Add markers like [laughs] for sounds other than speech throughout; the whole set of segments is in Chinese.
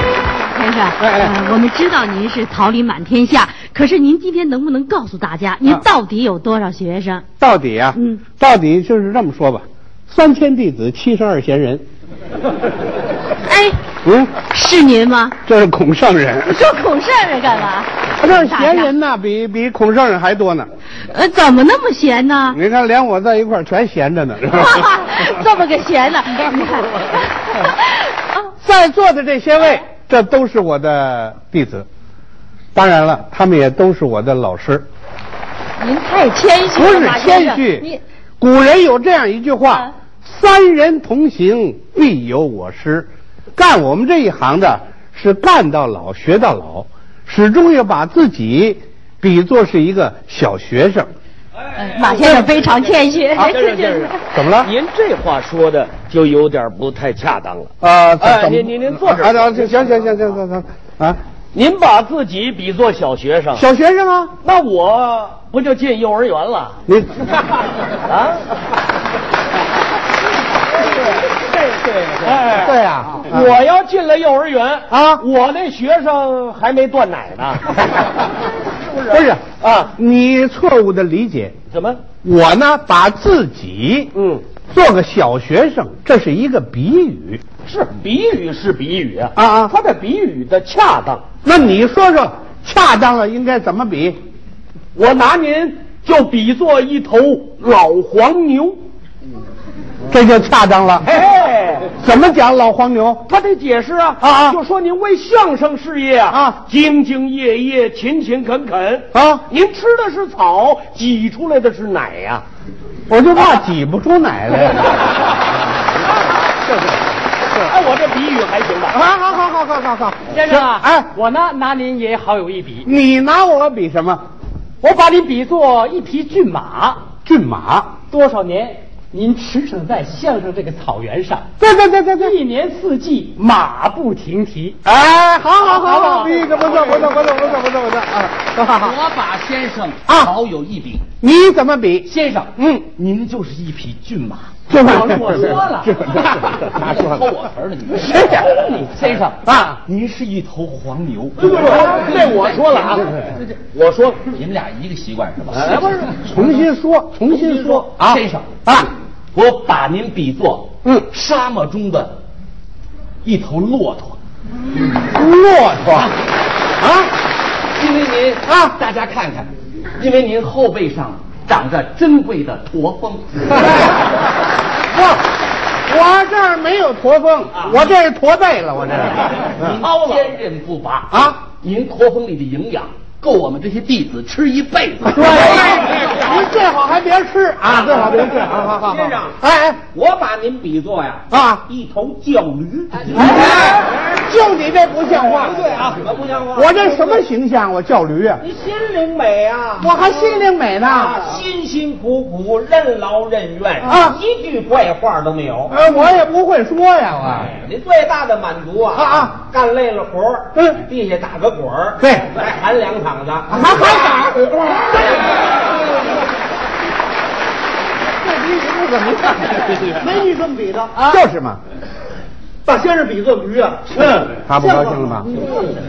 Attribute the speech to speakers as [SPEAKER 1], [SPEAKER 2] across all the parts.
[SPEAKER 1] 先生，
[SPEAKER 2] 哎哎
[SPEAKER 1] 呃我们知道您是桃李满天下，可是您今天能不能告诉大家，您
[SPEAKER 2] 啊
[SPEAKER 1] 到底有多少学生？
[SPEAKER 2] 到底啊，
[SPEAKER 1] 嗯
[SPEAKER 2] 到底就是这么说吧，三千弟子，七十二贤人，
[SPEAKER 1] 哎，
[SPEAKER 2] 嗯，
[SPEAKER 1] 是您吗？
[SPEAKER 2] 这是孔圣人，
[SPEAKER 1] [laughs] 说孔圣人干嘛？
[SPEAKER 2] 这贤人呐，比比孔圣人还多呢。
[SPEAKER 1] 呃，怎么那么闲呢？
[SPEAKER 2] 你看，连我在一块儿全闲着呢，是吧
[SPEAKER 1] [laughs] 这
[SPEAKER 2] [laughs]
[SPEAKER 1] 么个闲呢？你看，啊
[SPEAKER 2] 在座的这些位，这都是我的弟子，当然了，他们也都是我的老师。
[SPEAKER 1] 您太谦虚
[SPEAKER 2] 不
[SPEAKER 1] 了
[SPEAKER 2] 是
[SPEAKER 1] 吧，先
[SPEAKER 2] 谦
[SPEAKER 1] 生
[SPEAKER 2] 虚
[SPEAKER 1] 你，
[SPEAKER 2] 古人有这样一句话：“
[SPEAKER 1] 啊
[SPEAKER 2] 三人同行，必有我师。”干我们这一行的是干到老学到老，始终要把自己比作是一个小学生。
[SPEAKER 1] 哎马先生非常谦 [laughs] 虚。
[SPEAKER 2] 啊
[SPEAKER 3] 先生，先生，
[SPEAKER 2] 怎么了
[SPEAKER 3] 您这话说的就有点不太恰当了。
[SPEAKER 2] 啊，怎
[SPEAKER 3] 哎
[SPEAKER 2] 么
[SPEAKER 3] 您您您坐这儿
[SPEAKER 2] 啊，啊行行行行行行行啊，
[SPEAKER 3] 您把自己比作小学生，
[SPEAKER 2] 小学生啊，
[SPEAKER 3] 那我不就进幼儿园了？
[SPEAKER 2] [laughs] 你
[SPEAKER 3] [laughs] 啊？对对哎
[SPEAKER 2] 对啊
[SPEAKER 3] 我要进了幼儿园 [laughs]
[SPEAKER 2] 啊
[SPEAKER 3] 我那学生还没断奶
[SPEAKER 2] [laughs]
[SPEAKER 3] 呢，
[SPEAKER 2] 不是
[SPEAKER 3] 啊？
[SPEAKER 2] 你错误的理解。
[SPEAKER 3] 怎么？
[SPEAKER 2] 我呢，把自己
[SPEAKER 3] 嗯，
[SPEAKER 2] 做个小学生，这是一个比喻。
[SPEAKER 3] 是比喻是比喻啊
[SPEAKER 2] 啊啊
[SPEAKER 3] 他的比喻的恰当，
[SPEAKER 2] 那你说说，恰当了应该怎么比？
[SPEAKER 3] 我拿您就比作一头老黄牛。
[SPEAKER 2] 这就恰当了。
[SPEAKER 3] 哎，
[SPEAKER 2] 怎么讲老黄牛？
[SPEAKER 3] 他得解释啊
[SPEAKER 2] 啊啊
[SPEAKER 3] 就说您为相声事业啊
[SPEAKER 2] 啊
[SPEAKER 3] 兢兢业业、勤勤恳恳
[SPEAKER 2] 啊
[SPEAKER 3] 您吃的是草，挤出来的是奶呀、
[SPEAKER 2] 我就怕挤不出奶 [laughs] 来。
[SPEAKER 3] [laughs] 哎，我这比喻还行吧？
[SPEAKER 2] 好啊好好好好好好，
[SPEAKER 3] 先生啊，
[SPEAKER 2] 哎，
[SPEAKER 3] 我呢拿您也好有一比，
[SPEAKER 2] 你拿我比什么？
[SPEAKER 3] 我把您比作一匹骏马，
[SPEAKER 2] 骏马？
[SPEAKER 3] 多少年您驰骋在相声这个草原上，
[SPEAKER 2] 对对对对对。
[SPEAKER 3] 一年四季马不停蹄。
[SPEAKER 2] 哎，好好好好，比喻的不错不错不错不错不错不错啊！好好好
[SPEAKER 4] 我把先生
[SPEAKER 2] 啊
[SPEAKER 4] 好有一比，
[SPEAKER 2] 你怎么比？
[SPEAKER 4] 先生，
[SPEAKER 2] 嗯，
[SPEAKER 4] 您就是一匹骏马。
[SPEAKER 2] 这
[SPEAKER 3] 我我
[SPEAKER 2] [laughs]
[SPEAKER 3] 说了
[SPEAKER 2] 这
[SPEAKER 4] [laughs]
[SPEAKER 2] 哪说了？
[SPEAKER 4] 偷我词儿了你
[SPEAKER 2] 是呀
[SPEAKER 4] 你先生
[SPEAKER 2] 啊
[SPEAKER 4] 您是一头黄牛。
[SPEAKER 3] 这我说了啊，我说了
[SPEAKER 4] 你们俩一个习惯是吧？
[SPEAKER 3] 哎不是
[SPEAKER 2] 重新说，重新说啊！
[SPEAKER 4] 先生
[SPEAKER 2] 啊，
[SPEAKER 4] 我把您比作
[SPEAKER 2] 嗯
[SPEAKER 4] 沙漠中的一头骆驼。
[SPEAKER 2] 骆驼啊， [laughs]
[SPEAKER 4] 因为您啊，大家看看，因为您后背上长着珍贵的驼峰。
[SPEAKER 2] 不，我这儿没有驼峰，我这是驼背了，我这嗯
[SPEAKER 4] 您
[SPEAKER 2] 是。
[SPEAKER 4] 坚韧不拔
[SPEAKER 2] 啊！
[SPEAKER 4] 您驼峰里的营养够我们这些弟子吃一辈子。
[SPEAKER 2] 对，您最好还别吃啊，最好别吃啊，好好好。
[SPEAKER 4] 先生
[SPEAKER 2] 哎
[SPEAKER 4] 我把您比作呀
[SPEAKER 2] 啊
[SPEAKER 4] 一头犟驴。
[SPEAKER 2] 哎哎，就你这不像话。
[SPEAKER 4] 对啊，怎么不像话？
[SPEAKER 2] 我这什么形象？我叫驴啊，
[SPEAKER 4] 你心灵美啊！
[SPEAKER 2] 我还心灵美呢。
[SPEAKER 4] 辛辛苦苦、任劳任怨
[SPEAKER 2] 啊
[SPEAKER 4] 一句怪话都没有。
[SPEAKER 2] 呃，我也不会说呀，我。
[SPEAKER 4] 你最大的满足啊
[SPEAKER 2] 啊啊！
[SPEAKER 4] 干累了活儿，
[SPEAKER 2] 嗯
[SPEAKER 4] 地下打个滚儿，
[SPEAKER 2] 对
[SPEAKER 4] 再喊两嗓子，
[SPEAKER 2] 啊还还打？这比喻怎么样？
[SPEAKER 3] 没你这么比 [laughs] 的，
[SPEAKER 2] 就是嘛，
[SPEAKER 3] 把 [laughs] 先生比作驴啊。嗯，
[SPEAKER 2] 他不高兴了吗？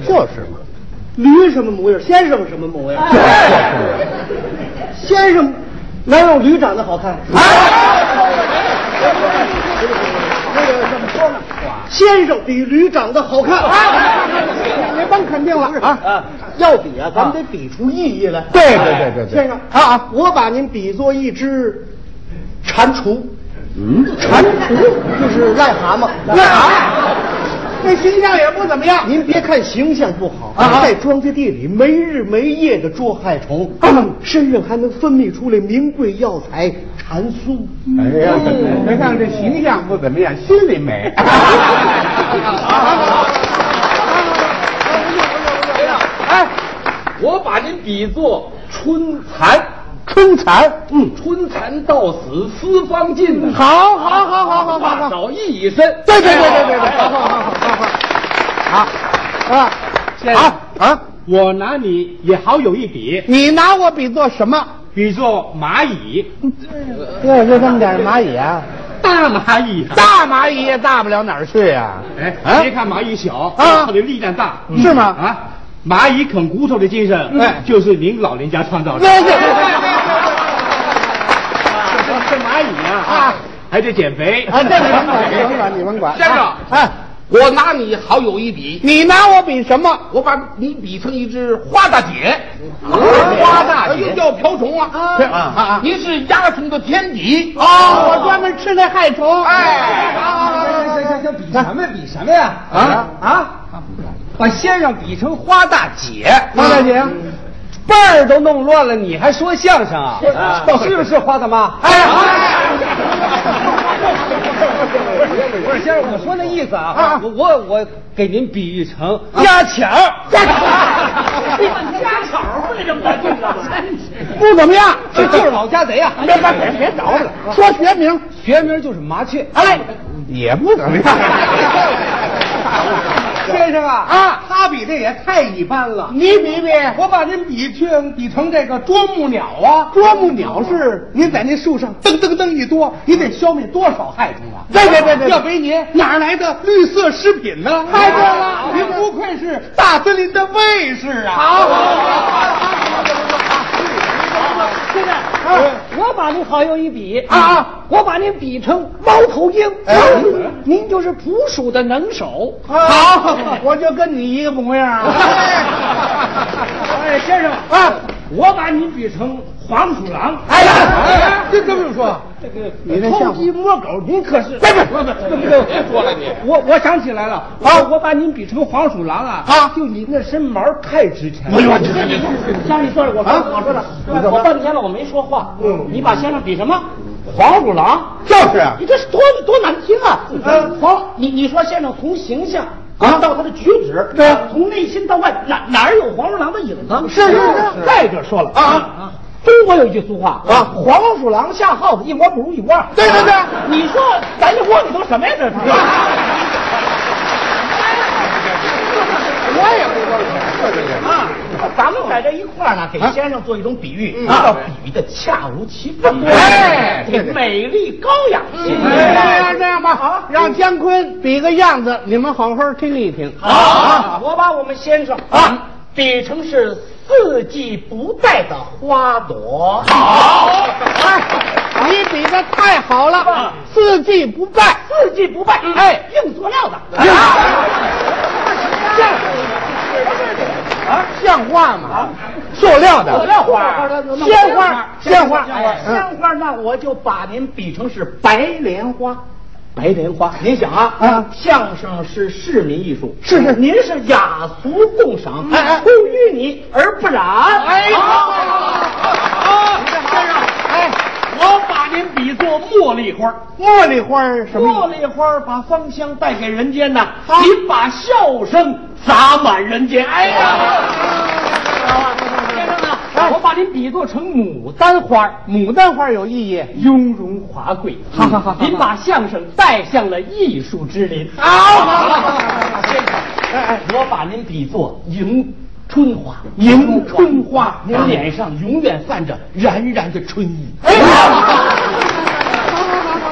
[SPEAKER 2] 就是嘛。
[SPEAKER 3] 驴什么模样，先生什么模
[SPEAKER 2] [laughs]
[SPEAKER 3] 样？先生哪有驴长得
[SPEAKER 2] [laughs]
[SPEAKER 3] 好看？
[SPEAKER 2] 啊
[SPEAKER 3] 那个怎么说呢？ [laughs] 先生比驴长得好看。 [laughs]
[SPEAKER 2] 你甭肯定了啊！
[SPEAKER 3] 要比啊，咱们得比出意义来。
[SPEAKER 2] 对对对对对
[SPEAKER 3] 先生
[SPEAKER 2] 啊啊
[SPEAKER 3] 我把您比作一只蟾蜍。嗯，蟾蜍就是癞蛤蟆。
[SPEAKER 2] 那啊，这形象也不怎么样。
[SPEAKER 3] 您别看形象不好，
[SPEAKER 2] 啊啊
[SPEAKER 3] 在庄稼地里没日没夜的捉害虫，
[SPEAKER 2] 啊
[SPEAKER 3] 身上还能分泌出来名贵药材蟾
[SPEAKER 2] [laughs]
[SPEAKER 3] 酥。
[SPEAKER 2] 哎呀，别看这形象不怎么样，心里美。哎，
[SPEAKER 4] 我把您比作春蚕，
[SPEAKER 2] 春蚕，嗯，
[SPEAKER 4] 春蚕到死丝方尽呐。
[SPEAKER 2] 好好好好好好好。
[SPEAKER 4] 早一以身。
[SPEAKER 2] 嗯
[SPEAKER 4] 哎
[SPEAKER 2] 对对对对对对，好好好好好好，好啊啊啊！
[SPEAKER 5] 我拿你也好有一比，
[SPEAKER 2] 你拿我比作什么？
[SPEAKER 5] 比作蚂蚁，
[SPEAKER 2] 这就这么点蚂蚁啊？
[SPEAKER 5] 大蚂蚁呀、
[SPEAKER 2] 大蚂蚁也大不了哪儿去呀、
[SPEAKER 5] 啊哎，别看蚂蚁小，
[SPEAKER 2] 啊
[SPEAKER 5] 它的力量大，
[SPEAKER 2] 是吗嗯
[SPEAKER 5] 啊，蚂蚁啃骨头的精神，哎，就是您老人家创造的。
[SPEAKER 2] 那是
[SPEAKER 5] 这这蚂蚁
[SPEAKER 2] 啊
[SPEAKER 5] 啊，还得减肥
[SPEAKER 2] 啊，这你
[SPEAKER 5] [laughs]
[SPEAKER 2] 甭管，你甭管，你甭管。
[SPEAKER 6] 先生
[SPEAKER 2] 哎，
[SPEAKER 6] 我拿你好友一比，
[SPEAKER 2] 你拿我比什么？
[SPEAKER 6] 我把你比成一只花大姐，花大姐又叫瓢虫啊，
[SPEAKER 2] 哎啊啊！
[SPEAKER 6] 您是蚜虫的天敌
[SPEAKER 2] 哦，我专门吃那害
[SPEAKER 7] 行
[SPEAKER 2] 虫。
[SPEAKER 7] 行行行，比什么比什么呀？
[SPEAKER 2] 啊
[SPEAKER 7] 啊！把先生比成花大姐，
[SPEAKER 2] 花大姐，
[SPEAKER 7] 辈儿都弄乱了，你还说相声啊？是不是花大妈？不是先生，我说那意思啊，我我我给您比喻成压钱儿，
[SPEAKER 6] 家巧会这么这
[SPEAKER 2] 不怎么样。
[SPEAKER 7] 就是老家贼啊！
[SPEAKER 2] 别别别别着了，说学名，
[SPEAKER 7] 学名就是麻雀。
[SPEAKER 2] 哎，也不怎么样。
[SPEAKER 7] 先生啊
[SPEAKER 2] 啊
[SPEAKER 7] 他比这也太一般了。
[SPEAKER 2] 你比比，
[SPEAKER 7] 我把您比去比成这个啄木鸟啊，
[SPEAKER 3] 啄木鸟是您在那树上噔噔噔一啄，你得消灭多少害虫啊！
[SPEAKER 2] 对对对对，
[SPEAKER 3] 要没您哪儿来的绿色食品呢？太对了，您不愧是大森林的卫士啊！好，
[SPEAKER 7] 我把您好友一比啊，我把您比成猫头鹰，您就是捕鼠的能手。
[SPEAKER 2] 啊好，我就跟你一个模样
[SPEAKER 7] 哎，先生啊，我把您比成黄鼠狼，
[SPEAKER 2] 哎呀，这这么说，
[SPEAKER 7] 你偷鸡摸狗，您可是别别别别说了你。我我想起来了啊，我把您比成黄鼠狼啊啊，就您那身毛太值钱了。
[SPEAKER 4] 先生，你坐着，我
[SPEAKER 7] 啊
[SPEAKER 4] 说、我说了，我半天了，我没说话。嗯，你把先生比什么？黄鼠狼？
[SPEAKER 2] 就是啊
[SPEAKER 4] 你这是多多难听啊！黄，你你说先生从形象啊到他的举止，对，从内心到外，哪哪儿有黄鼠狼的影子？是是是。再者说了啊。中国有一句俗话啊，黄鼠狼下耗子，一窝不如一窝。对对对，你说咱这窝里都什么呀？这是。啊咱们在这一块儿呢，给先生做一种比喻，啊，比喻的恰如其分，
[SPEAKER 2] 哎
[SPEAKER 4] 这美丽高雅。
[SPEAKER 2] 这样这样吧，哎好，让姜昆比个样子，你们好好听一听。
[SPEAKER 4] 好，我把我们先生啊比成是四季不败的花朵。好，
[SPEAKER 2] 哎，你比的太好了，四季不败。
[SPEAKER 4] 四季不败，哎，硬塑料的。啊
[SPEAKER 2] 啊，像话吗？塑料的，
[SPEAKER 4] 塑料花，
[SPEAKER 2] 鲜花，鲜花，
[SPEAKER 4] 哎
[SPEAKER 2] 嗯
[SPEAKER 4] 鲜花，那我就把您比成是白莲花。白莲花，您想啊，啊，相声是市民艺术，是是，您是雅俗共赏，
[SPEAKER 2] 嗯
[SPEAKER 4] 哎，不淤泥而不染，啊哎呀，
[SPEAKER 5] 我把您比作茉莉花，
[SPEAKER 2] 茉莉花儿什么意思？
[SPEAKER 4] 茉莉花把芳香带给人间呐，
[SPEAKER 5] 您把笑声洒满人间。哎呀，
[SPEAKER 4] 先生啊，我把您比作成牡丹花，
[SPEAKER 2] 牡丹花有意义。
[SPEAKER 4] 雍容华贵，好好好，您把相声带向了艺术之林，好，先生，我把您比作迎春花，迎春花，您脸上永远泛着冉冉的春意，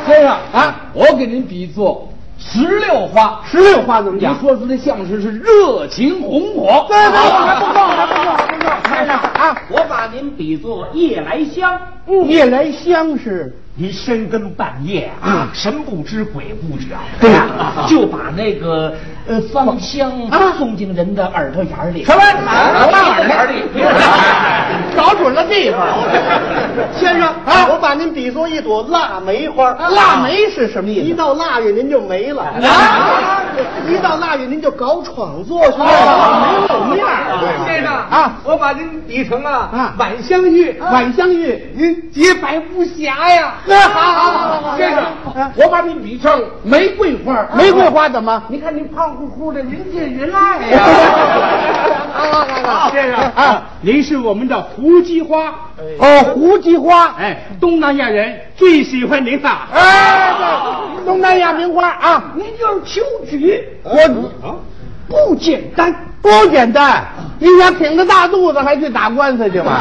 [SPEAKER 7] 先生啊，我给您比作石榴花，
[SPEAKER 2] 石榴花怎么
[SPEAKER 7] 您
[SPEAKER 2] 讲？
[SPEAKER 7] 说出的相声是热情红火。 [laughs]
[SPEAKER 2] 对对对，还不错，还不错，还不错。
[SPEAKER 4] 先生啊，我把您比作夜来香，
[SPEAKER 2] 夜来香是
[SPEAKER 4] 您深更半夜啊，神不知鬼不觉，对呀、就把那个呃
[SPEAKER 7] 哦
[SPEAKER 4] 芳香
[SPEAKER 7] 啊
[SPEAKER 4] 送进人的耳朵眼里。啊
[SPEAKER 2] 什么？
[SPEAKER 7] 哦
[SPEAKER 2] 我哪儿的？ [laughs] 找准了地方。
[SPEAKER 3] 先生啊，我把您比作一朵腊梅花，
[SPEAKER 2] 腊梅是什么意
[SPEAKER 3] 一
[SPEAKER 2] 思？
[SPEAKER 3] 到腊月您就没了啊！一到腊月您就搞创作去了，没有面儿。
[SPEAKER 7] 先生啊，我把您比成啊晚香玉，
[SPEAKER 2] 晚香玉，
[SPEAKER 7] 您洁白无瑕呀。
[SPEAKER 2] 嗯那好好好好，
[SPEAKER 7] 先生，我把您比成玫瑰花，
[SPEAKER 2] 玫瑰花怎么？
[SPEAKER 7] 你看您胖乎乎的，人见人爱
[SPEAKER 2] [laughs]
[SPEAKER 7] 呀。
[SPEAKER 5] 先生啊，您是我们的胡姬花，
[SPEAKER 2] 哦，胡姬花。
[SPEAKER 5] 哎，东南亚人最喜欢您啊了。
[SPEAKER 2] 哎，对，东南亚名花啊，
[SPEAKER 7] 您就是秋菊，
[SPEAKER 5] 啊
[SPEAKER 2] 我
[SPEAKER 7] 不简单。
[SPEAKER 2] 不简单。你想挺着
[SPEAKER 5] [laughs]
[SPEAKER 2] 大肚子还去打官司去吗？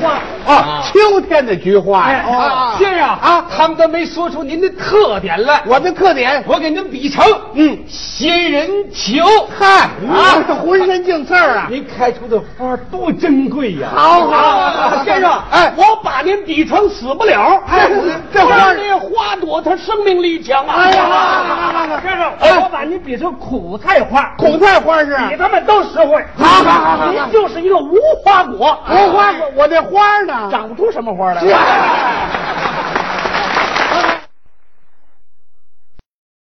[SPEAKER 8] 花。
[SPEAKER 2] 啊，秋天的菊花
[SPEAKER 5] 哎
[SPEAKER 2] 哦呀。
[SPEAKER 7] 哦
[SPEAKER 4] 啊，先生啊，他们都没说出您的特点来。
[SPEAKER 2] 我的特点，
[SPEAKER 4] 我给您比成，嗯，仙人球。
[SPEAKER 2] 嗨
[SPEAKER 5] 嗯
[SPEAKER 2] 啊，浑身净刺儿啊！
[SPEAKER 4] 您开出的花多珍贵呀！
[SPEAKER 2] 好
[SPEAKER 4] 啊
[SPEAKER 2] 好，
[SPEAKER 4] 先生，
[SPEAKER 2] 哎
[SPEAKER 4] 哎，我把您比成死不了。
[SPEAKER 2] 哎这花
[SPEAKER 4] 花那花朵，它生命力强啊！哎呀，先生，
[SPEAKER 8] 我把你比成苦菜花，
[SPEAKER 2] 哎苦菜花是。
[SPEAKER 8] 比他们都实惠。
[SPEAKER 2] 好好好好好
[SPEAKER 8] 您就是一个无花果，
[SPEAKER 2] 无花果，我这花呢？
[SPEAKER 8] 长不出什么花来。
[SPEAKER 2] 哎